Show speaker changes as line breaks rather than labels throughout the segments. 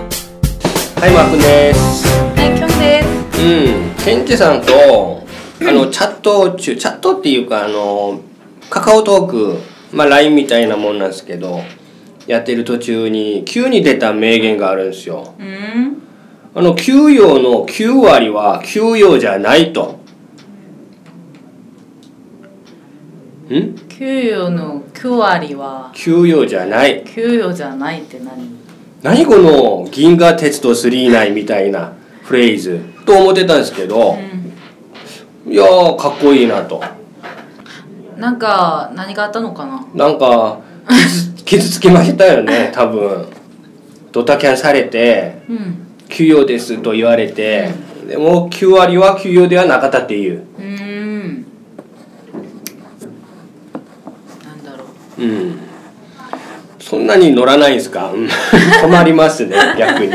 はい、マー君です。
はい、きょんです。
うん、ケンチさんと、あの、チャット中、チャットっていうか、あの、カカオトーク、まあ、LINE みたいなもんなんですけど、やってる途中に、急に出た名言があるんですよ。
うん。
あの、給与の9割は給与じゃないと。ん
給与の9割は
給与じゃない。
給与じゃないって何？
何この、銀河鉄道3内みたいなフレーズ、と思ってたんですけど、いやー、かっこいいなと。
うん。なんか何があったのかな。
なんか傷 つ傷つきましたよね多分ドタキャンされて
うん。
「休養です」と言われてでも9割は休養ではなかったっていう
うーん。なんだろう。
うんそんなに乗らないんですか うん困りますね逆に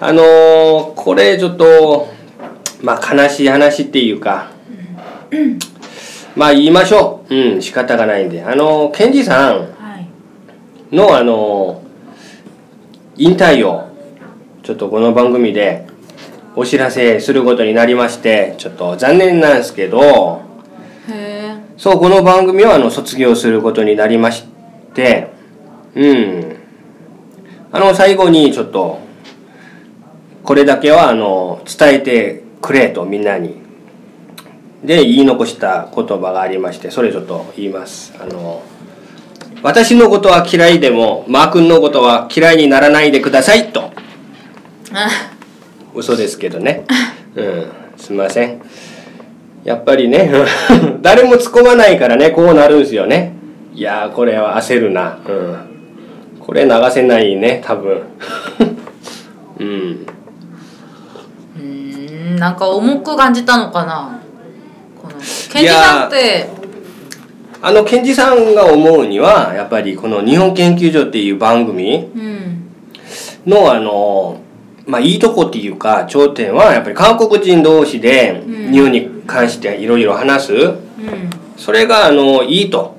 あのーこれちょっとまあ悲しい話っていうかまあ言いましょううん仕方がないんであのーケンジさん
はい。
のあの引退をちょっとこの番組でお知らせすることになりましてちょっと残念なんですけど
へえ。
そうこの番組をあの卒業することになりましてうんあの最後にちょっとこれだけはあの伝えてくれとみんなにで言い残した言葉がありましてそれちょっと言いますあの私のことは嫌いでもマー君のことは嫌いにならないでくださいと
あ、
嘘ですけどねうんすいませんやっぱりね 誰も突っ込まないからねこうなるんですよねいやーこれは焦るなうんこれ流せないね多分 うん
うーん。なんか重く感じたのかな。このケンジさんって。
あのケンジさんが思うにはやっぱりこの「日本研究所」っていう番組
うん。
のあのまあいいとこっていうか頂点はやっぱり韓国人同士で日本に関していろいろ話す、
うん。
それがあのいいと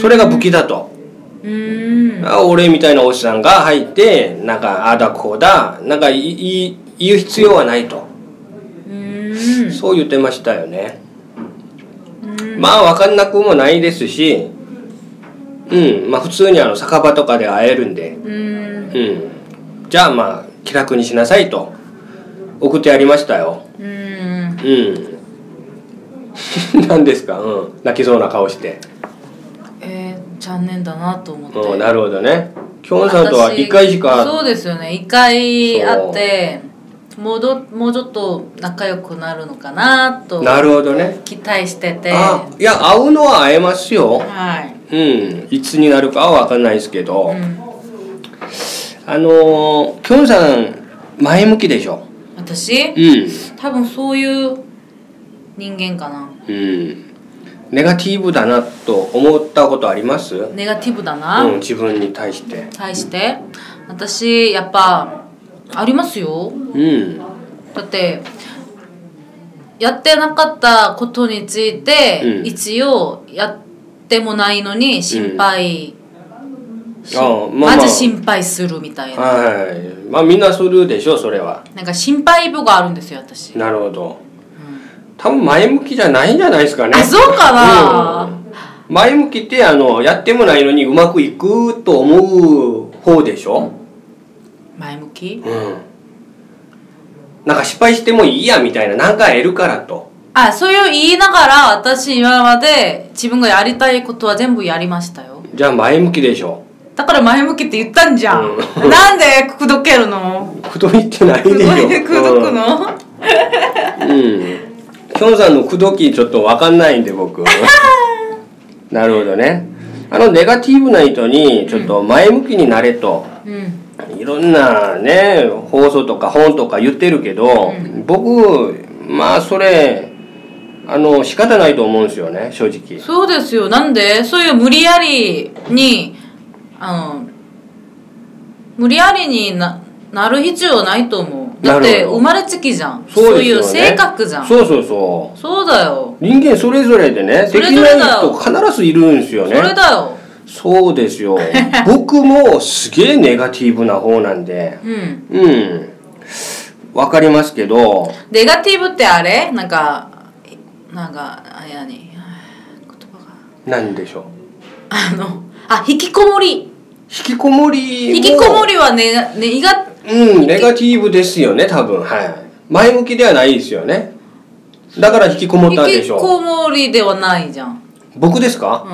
それが武器だと、
うーん。
あ俺みたいなおっさんが入ってなんかああだこうだなんかいいい言う必要はないと、
うーん。
そう言ってましたよね、
う
まあ分かんなくもないですしうんまあ普通にあの酒場とかで会えるんで
うーん。
うんじゃあまあ気楽にしなさいと送ってやりましたよ
うーん。
うん 何ですか、うん、泣きそうな顔して
えー、残念だなと思って。
うんなるほどねきょんさんとは
私
1回しか
そうですよね一回会ってもうどもうちょっと仲良くなるのかなと
なるほどね
期待してて
あ
はい
や会うのは会えますよ
い、
うんいつになるかは分かんないですけど、
うん、
あのーきょんさん前向きでしょ
私
うん
多分そういう人間かな
うんネガティブだなと思ったことありますう
ネガティブだな、
ん自分に対して
対して私やっぱありますよ
うん
だってやってなかったことについて、
うん
一応やってもないのに心配、し
ああまあまあ
まず心配するみたいな、
はいまあみんなするでしょそれは
なんか心配部があるんですよ私、
なるほど多分前向きじゃないんじゃないですかね
あそうかな、
うん前向きってあのやってもないのにうまくいくと思う方でしょ、
前向き
うん、なんか失敗してもいいやみたいななんか得るからと
あそういう言いながら私今まで自分がやりたいことは全部やりましたよ
じゃあ前向きでしょ
だから前向きって言ったんじゃん、
う
なんで口説けるの
口説いてない
口
でしょ
説くの、
うんきょんさんの口説きちょっと分かんないんで 僕なるほどねあのネガティブな人にちょっと前向きになれと、
うん
いろんなね放送とか本とか言ってるけど、僕まあそれあの仕方ないと思うんですよね正直
そうですよなんでそういう無理やりにあの無理やりにななる必要ないと思うだっ
なる
て
ほど
生まれつきじゃん
そうです
い
よ
う
ね
性格じゃんそう
そうそうそう
だよ
人間それぞれでね
それぞ
でき
れ
な
だ
い
よ
人必ずいるんですよね
それだよ
そそうです よ僕もすげえネガティブな方なんで
うん
うんわかりますけど
ネガティブってあれなんかなんかあやに言葉が
何でしょう
あのあ引きこもり
引きこもりも
引きこもりはネガネガ
うん、ネガティブですよね、多分。はい。前向きではないですよね。だから引きこもった
引
で
き
しょう。
こもりではないじゃん
僕ですか
う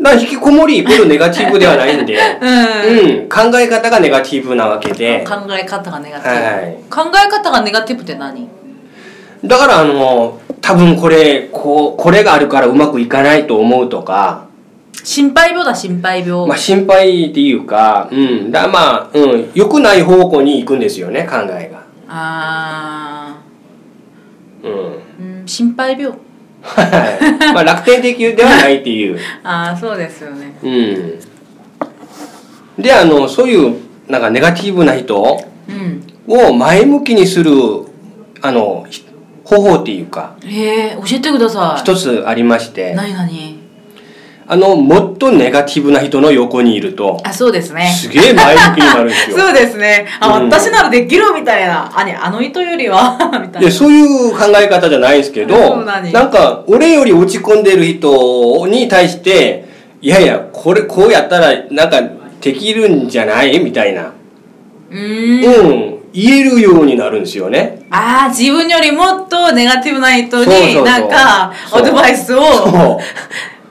ん
だから引きこもりイコールネガティブではないん で。うん、考え方がネガティブなわけで。
考え方がネガテ
は
ィ
い
ブ、考え方がネガティブって何
だからあの、多分これ、こう、これがあるからうまくいかないと思うとか、
心配病だ心配病、
まあ心配っていうか、うん、だまあ、うん、良くない方向に行くんですよね、考えが。
あ
うん。
ーうん心配病
はい。まあ楽天的ではないっていう。
ああそうですよね
うん。で、あの、そういう、なんかネガティブな人を
うん
前向きにする、あの、ひ方法っていうか、
へえ教えてください
一つありまして、
何何
あの、もっとネガティブな人の横にいると、
あそうですね
すげえ前向きになるんですよ。
そうですねあ、
うん
私ならできるみたいなあねあの人よりは みたい
いや
な
そういう考え方じゃないですけ
そ
ど
う何
なんか俺より落ち込んでる人に対していやいやこれこうやったらなんかできるんじゃないみたいな、
うーん
うん、言えるようになるんですよね。
ああ自分よりもっとネガティブな人
そうそう
に
そう
なんか
そ
ア
う
ドバイスを
そ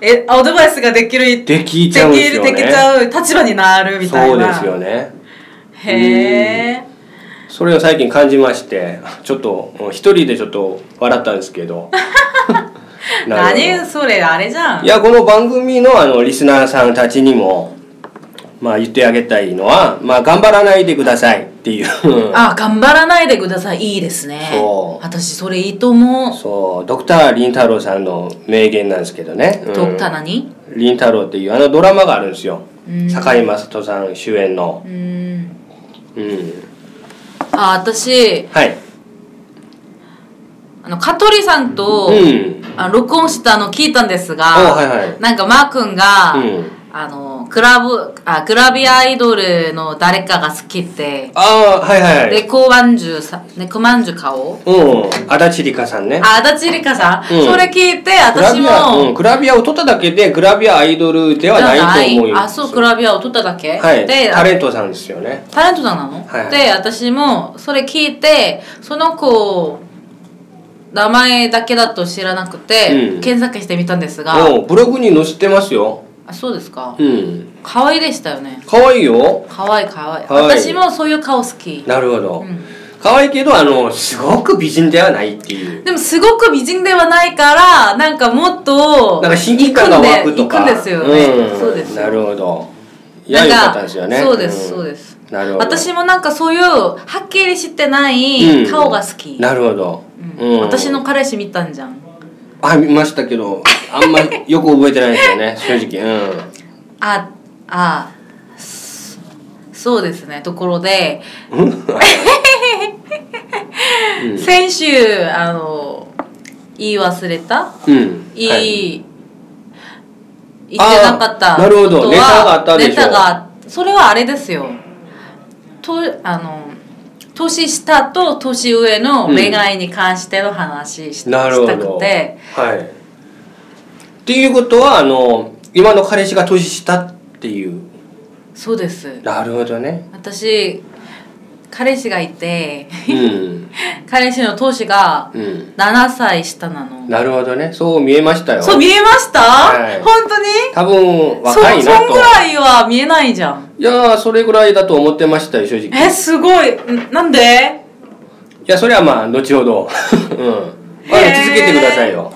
えアドバイスができる
う。できちゃうんですよね。
できるできちゃう立場になるみたい
そうで
な
すよね。
へえ
それを最近感じまして、ちょっとうん一人でちょっと笑ったんですけ ど。なるほど
何それあれじゃん
いやこの番組のあのリスナーさんたちにも。まあ言ってあげたいのは、まあ頑張らないでくださいっていう。
あ頑張らないでくださいいいですね
そう
私それいいと思う、
そう、ドクター林太郎さんの名言なんですけどね。うん
ドクター何
林太郎っていうあのドラマがあるんですよ。
うん
堺雅人さん主演の
う。ーん
うん。
あ私
はい。
あの香取さんと、
うん。
あ録音したの聞いたんですが、
あはいはい
なんかマー君が、
うん
あのクラブあグラビアアイドルの誰かが好きって
ああ、はいはい。
猫まんじゅうさ猫まんじゅう顔
うん、足立梨花さんね。
あ足立梨花さん、
うん
それ聞いて
グラ
私
ビア、うん、
も、
グラビアを取っただけで、グラビアアイドルではないと思うよ。
あそうグラビアを撮っただけ、
はい、
で
タレントさんですよね。
タレントさんなの、
はいはい
で私もそれ聞いてその子名前だけだと知らなくて、
うん
検索してみたんですが、
もうブログに載せてますよ。
あそうですか
うん、
可愛いでしたよね
可愛いよ。
可愛い可愛い
可愛い
私もそういう顔好き
なるほど
うん。
可愛いけど、あの、すごく美人ではないっていう。
でもすごく美人ではないからなんかもっと
なんか親近感が
行
湧
くん
く
で
とか。
行くんですよね、
ん
そうです
なるほど。い
な
や、
ん
よ
か
かったですよね。
そうです、
ん
そうです
なるほど。
私もなんかそういうはっきりしてない
うん
顔が好き、
なるほど。
うん私の。彼氏見たんじゃん
あ、見ましたけど、あんまりよく覚えてないですよ ね、正直。うん。
ああそそうですねところで、 先週あの言い忘れた
うん。
いい、
はい
言ってなかった
あーなるほど
ことは
ネタがあったでしょ
ネタがそれはあれですよとあの年下と年上の恋愛に関しての話し,、
なるほ
した
ど。
くて
はい。っていうことは、あの、今の彼氏が年下っていう。
そうです
なるほど ね。
私彼氏がいて
うん。
彼氏の年が
うん。
7歳下なの
なるほどね。そう見えましたよ。
そう見えました、
はい
本当に
多分、
そ
若いな
そん
と
ぐ。らいは見えないじゃん
いやー、それぐらいだと思ってましたよ、正直。い
えすごいんなんで
や、それはまあ、後ほど。 うん。まあ、
へー
続けてくださいよ。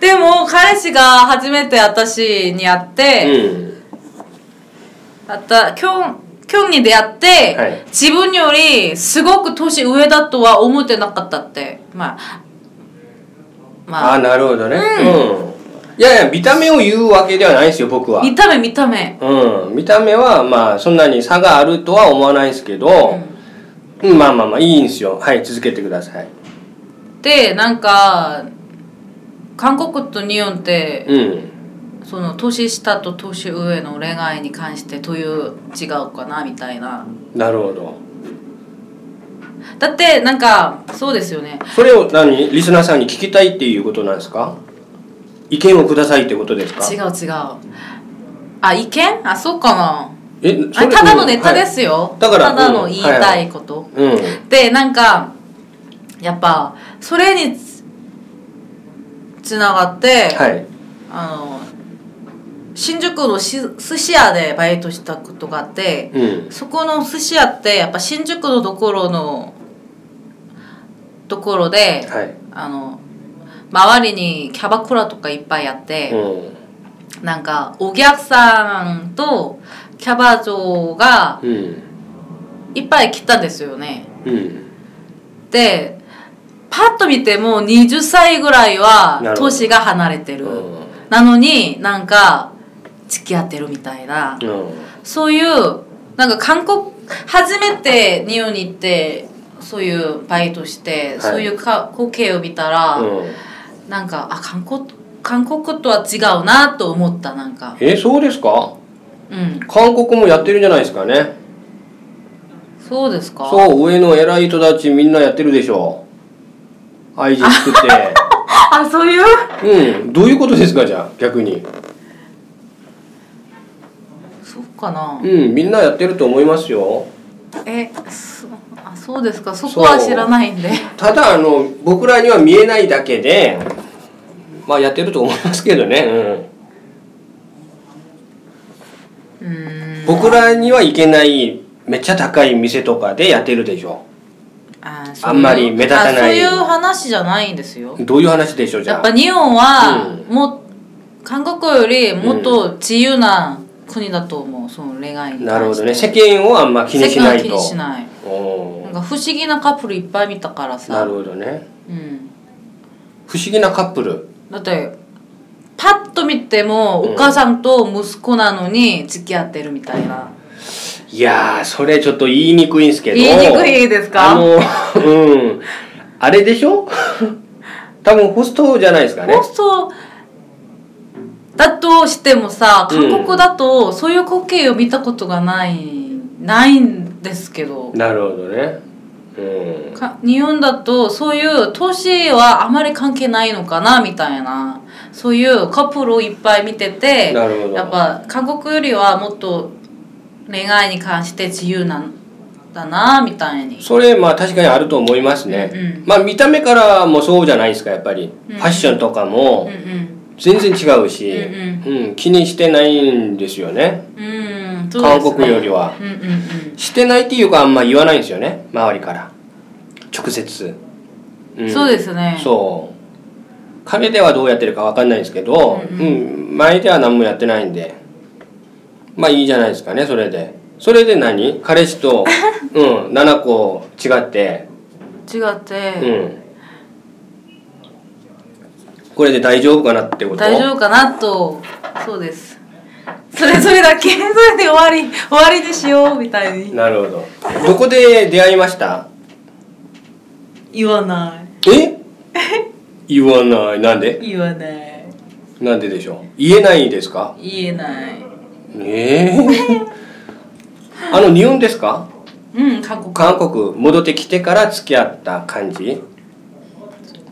でも彼氏が初めて私に会って、
うん。
あったきょんきょんに出会って、
はい
自分よりすごく年上だとは思ってなかったってまあま
あ
あ
あ、なるほどね。うん。いやいや、見た目を言うわけではないですよ、僕は。
見た目見た目
うん、見た目はまあそんなに差があるとは思わないですけど、うんまあまあまあいいんですよはい続けてください
でなんか韓国と日本って
うん
その年下と年上の恋愛に関してという違うかなみたいな
なるほど
だってなんかそうですよね
それを何リスナーさんに聞きたいっていうことなんですか意見をくださいってことですか
違う違うあ意見あそうかな
え
あただのネタで、
そ
すよ、
だから
ただの言いたいこと、
れうんはい
でなんかやっぱそれにつつながって、
うんはい
あの新宿のし寿司屋でバイトしたことがあって、
うん
そこの寿司屋ってやっぱ新宿のところのところで、
はい
あの周りにキャバクラとかいっぱいあって、
うん
なんかお客さんとキャバ嬢が
うん
いっぱい来たんですよね。
うん
でパッと見ても20歳ぐらいは
なるほど
年が離れてる
う
なんのになんか付き合ってるみたいな、
うん
そういうなんか韓国初めて日本に行ってそういうバイトして、
い
そういうか光景を見たら、
うん
なんかあ韓国韓国とは違うなと思ったなんか
えそうですか
うん
韓国もやってるんじゃないですかね
そうですか
そう上の偉い人たちみんなやってるでしょ愛人作 って
あそうい
う
う
ん、どういうことですかじゃあ逆に、
そうかな
うん、みんなやってると思いますよ
えそあそうですかそこは知らないんで
ただあの僕らには見えないだけでまあやってると思いますけどね、
うーん
うん、僕らには行けないめっちゃ高い店とかでやってるでしょ
あー
あんまり目立たない
あそういう話じゃないんですよ
どういう話でしょうじ
や
ゃ
っ
あ
ぱ日本はも、う韓国よりもっと自由な国だと思うその恋愛に関して
なるほどね世間をあんま気にしない
世間
と
は気にしない
お
なん
ー
か不思議なカップルいっぱい見たから
な
さ
るほどね
うん、
不思議なカップル
だってパッと見てもお母さんと息子なのに付き合ってるみたいな、
いやーそれちょっと言いにくいんすけど
言いにくいですか
あのうんあれでしょ多分ホストじゃないですかね
放送だとしてもさ韓国だとそういう光景を見たことがない、ないんですけど
なるほどねうん
か日本だとそういう年はあまり関係ないのかなみたいなそういうカップルをいっぱい見てて
なるほど
やっぱ韓国よりはもっと恋愛に関して自由なんだなみたいに
それまあ確かにあると思いますね、
うん
まあ見た目からもそうじゃないですかやっぱり、
うん
ファッションとか
うん
も
うん
全然違うし、
うん
うん気にしてないんですよね
うんそうですね
韓国よりは
うんうんうん
してないっていうかあんま言わないんですよね周りから直接、ん
そうですね
そう彼ではどうやってるかわかんないんですけど、
う
うんん前では何もやってないんでまあいいじゃないですかねそれでそれで何彼氏 と、うん、7個違って
違って、
うんこれで大丈夫かなってこと
大丈夫かなとそうですそれそれだけ それで終わり終わりにしようみたいに
なるほどどこで出会いました
言わない
え 言わないなんで
言わない
なんででしょう言えないですか
言えない
ええ あの日本ですか
うん韓国
韓国戻ってきてから付き合った感じ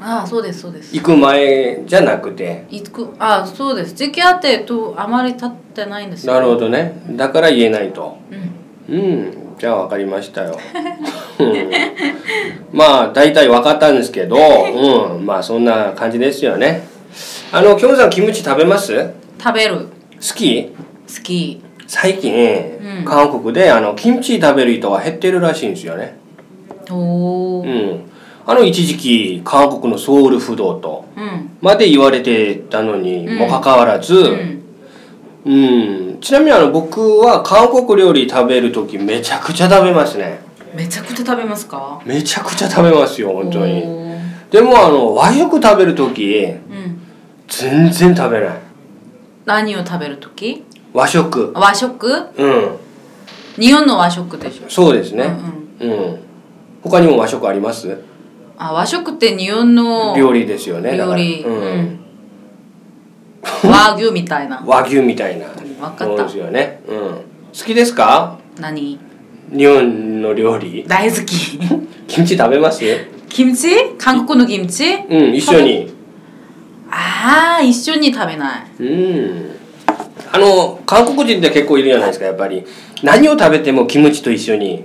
ああそうですそうです
行く前じゃなくて
いつくああそうです時期あってとあまり経ってないんですよ
なるほどねだから言えないと
うん
うんじゃあ分かりましたよ、うんまあ大体分かったんですけど、うん、まあそんな感じですよねあのきょんさんキムチ食べます
食べる
好き
好き
最近、
うん
韓国であのキムチ食べる人が減ってるらしいんですよね
おお
う、ん、あの一時期韓国のソウル不動と
うん
まで言われてたのに
うん
もかかわらず、
う
うん
ん、
ちなみにあの僕は韓国料理食べる時めちゃくちゃ食べますね
めちゃくちゃ食べますか
めちゃくちゃ食べますよ本当に
おー
でもあの和食食べる時
うん
全然食べない
何を食べる時
和食
和食
うん
日本の和食でしょ
そうです
うん
ね
うん
うん、他にも和食あります
あ和食って日本の
料理ですよねだか
料
ら
理
うん
うん和牛みたいな
和牛みたいな
わかった
ものですよね、うん、好きですか
何
日本の料理
大好き
キムチ食べます
キムチ韓国のキムチ
うん一緒に
ああ一緒に食べない
うんあの韓国人って結構いるじゃないですかやっぱり何を食べてもキムチと一緒に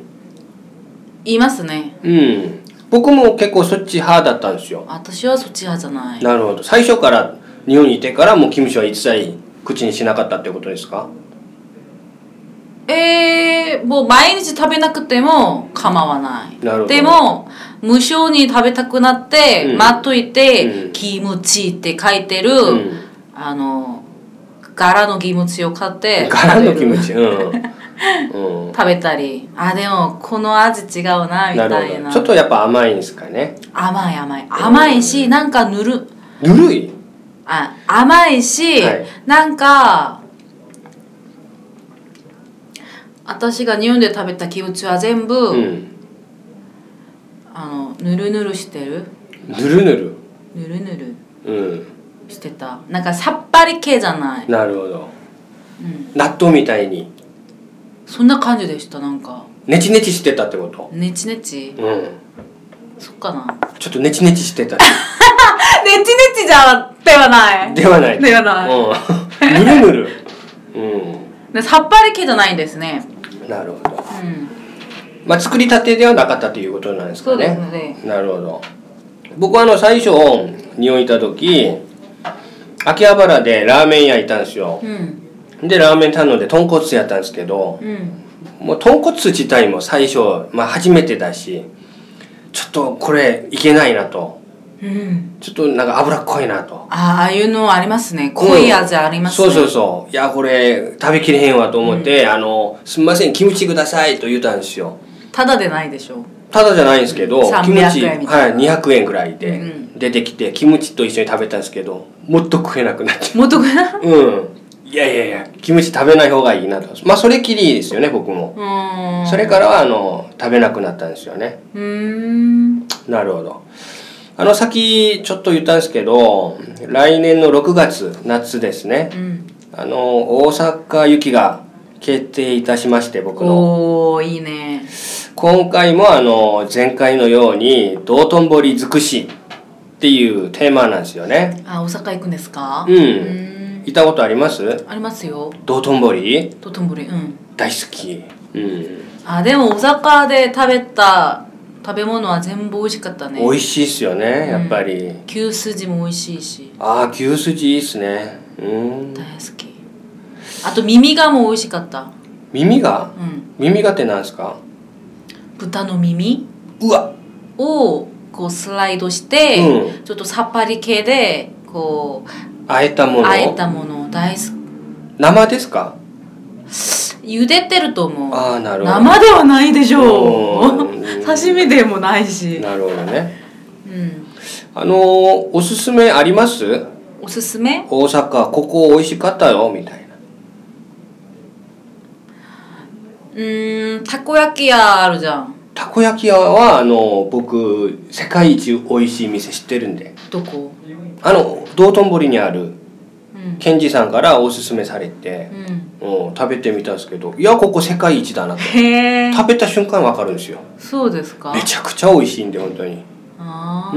言いますね
うん僕も結構そっち派だったんですよ
私はそっち派じゃない
なるほど最初から日本にいてからもうキムチは一切口にしなかったってことですか
えー、もう毎日食べなくても構わない
なるほど
でも無性に食べたくなって、
うん
待っといて、
うん
キムチって書いてる、
うん
あの柄のキムチを買って
柄の
食べる
キムチうん、 うん、
食べたりあでもこの味違うなみ
な
た
る
い
ほ
な
どちょっとやっぱ甘いんですかね
甘い甘い甘いしなんかぬる
ぬるい
あ甘いし、
はい
なんか私が日本で食べたキムチは全部、
うん
あのぬるぬるしてる
ぬるぬ
ぬるぬる
る
してたなんかさっぱり系じゃな
う
い
ん、なるほど
うん、
納豆みたいに
そんな感じでしたなんか
ネチネチしてたってこと
ネチネチ
うん
そっ かな
ちょっとネチネチしてた
ネチネチじゃではない
ではない
ではない
い、うん、ぬ るぬる
でさっぱり系じゃないんですね
うんなるほど
うん
まあ、作りたてではなかったということなんですかね。
そうです
なるほど。僕はあの最初日本にいた時秋葉原でラーメン屋いたんですよ。
うん
でラーメン頼んで豚骨やったんですけど
うん
もう豚骨自体も最初、まあ、初めてだしちょっとこれいけないなと
うん
ちょっとなんか脂っこいなと。
あああいうのありますね濃い味ありますね、
そうそうそういやこれ食べきれへんわと思って「あのすみませんキムチください」と言ったんですよ。
ただでないでしょ
ただじゃないんですけど
300
キムチ、
円み
は
た
い、200円ぐらいうで
ん
出てきて、キムチと一緒に食べたんですけどもっと食えなくなっちゃ
もっとか な
ううんいやいやいやキムチ食べない方がいいなとまあそれきりですよね僕も、
うーん
それからはあの食べなくなったんですよね
うーん
なるほどあの先ちょっと言ったんですけど来年の6月夏ですね
うん
あの大阪行きが決定いたしまして僕の
おーいいね
今回もあの前回のように道頓堀尽くしっていうテーマなんですよね
あ大阪行くんですか
うん
ーん
行ったことあります
ありますよ
道頓堀
ととんぼりうん
大好きうん
あでも大阪で食べた食べ物は全部美味しかったね
美味しいっすよねやっぱり、
牛すじも美味しいし
ああ牛すじいいっすねうん
大好きあと耳がも美味しかった
耳が
うん
耳がってなんですか
豚の耳
うわ
をこうスライドして、
う
ちょっとさっぱり系でこ
あえた
う
もの
あえたものを大好き
生ですか
茹でてると思う
ああなるほど
生ではないでしょ
う
う
ん
刺身でもないし、
なるほどね
うん、
あのーおすすめあります
おすすめ
大阪ここ美味しかったよみたいな
うーんたこ焼き屋あるじゃん
たこ焼き屋はあの僕世界一美味しい店知ってるんで
どこ
あの道頓堀にある
うん
ケンジさんからおすすめされて
う、ん
うん、食べてみたんですけどいやここ世界一だなと
へえ
食べた瞬間わかるんですよ
そうですか
めちゃくちゃ美味しいんで本当に
ああ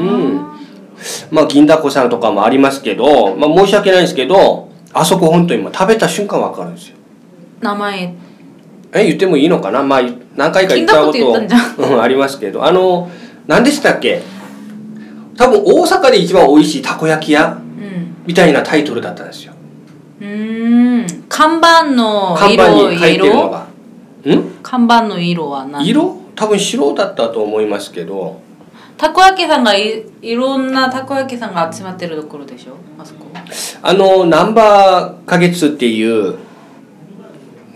まあ銀だこさんとかもありますけど、まあ、申し訳ないんですけどあそこ本当に今食べた瞬間わかるんですよ
名前
え言ってもいいのかなまあ何回か言ったこ
銀だことって言った
うんありますけどあの何でしたっけ多分大阪で一番美味しいたこ焼き屋
うん
みたいなタイトルだったんですよ
うーん看板の
看板
色
に書いてるのがん
看板の色は何
色多分白だったと思いますけど
たこ焼きさんがいいろんなたこ焼きさんが集まってるところでしょあそこ
あのナンバー花月っていう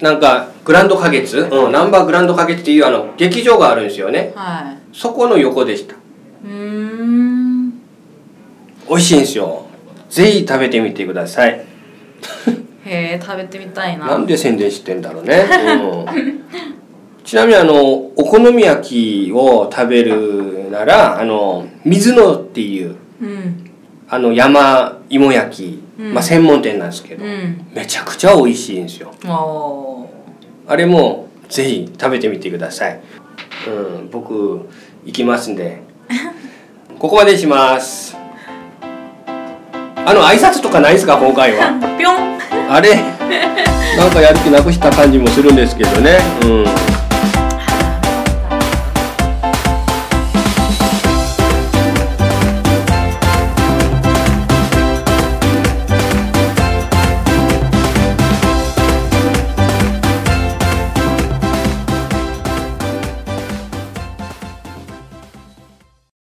なんかグランド花月、うん、ナンバーグランド花月っていうあの劇場があるんですよね
はい
そこの横でした
うーん
美味しいんですよぜひ食べてみてください
へえ食べてみたいな
なんで宣伝してんだろうね、うん、ちなみにあのお好み焼きを食べるならあの水野っていう
うん
あの山芋焼き、
うん
まあ、専門店なんですけど、
うん
めちゃくちゃ美味しいんですよ
おー
あれもぜひ食べてみてください、うん、僕行きますん でここまでにしますあの挨拶とかないですか今回は
ぴょん
あれなんかやる気なくした感じもするんですけどねうん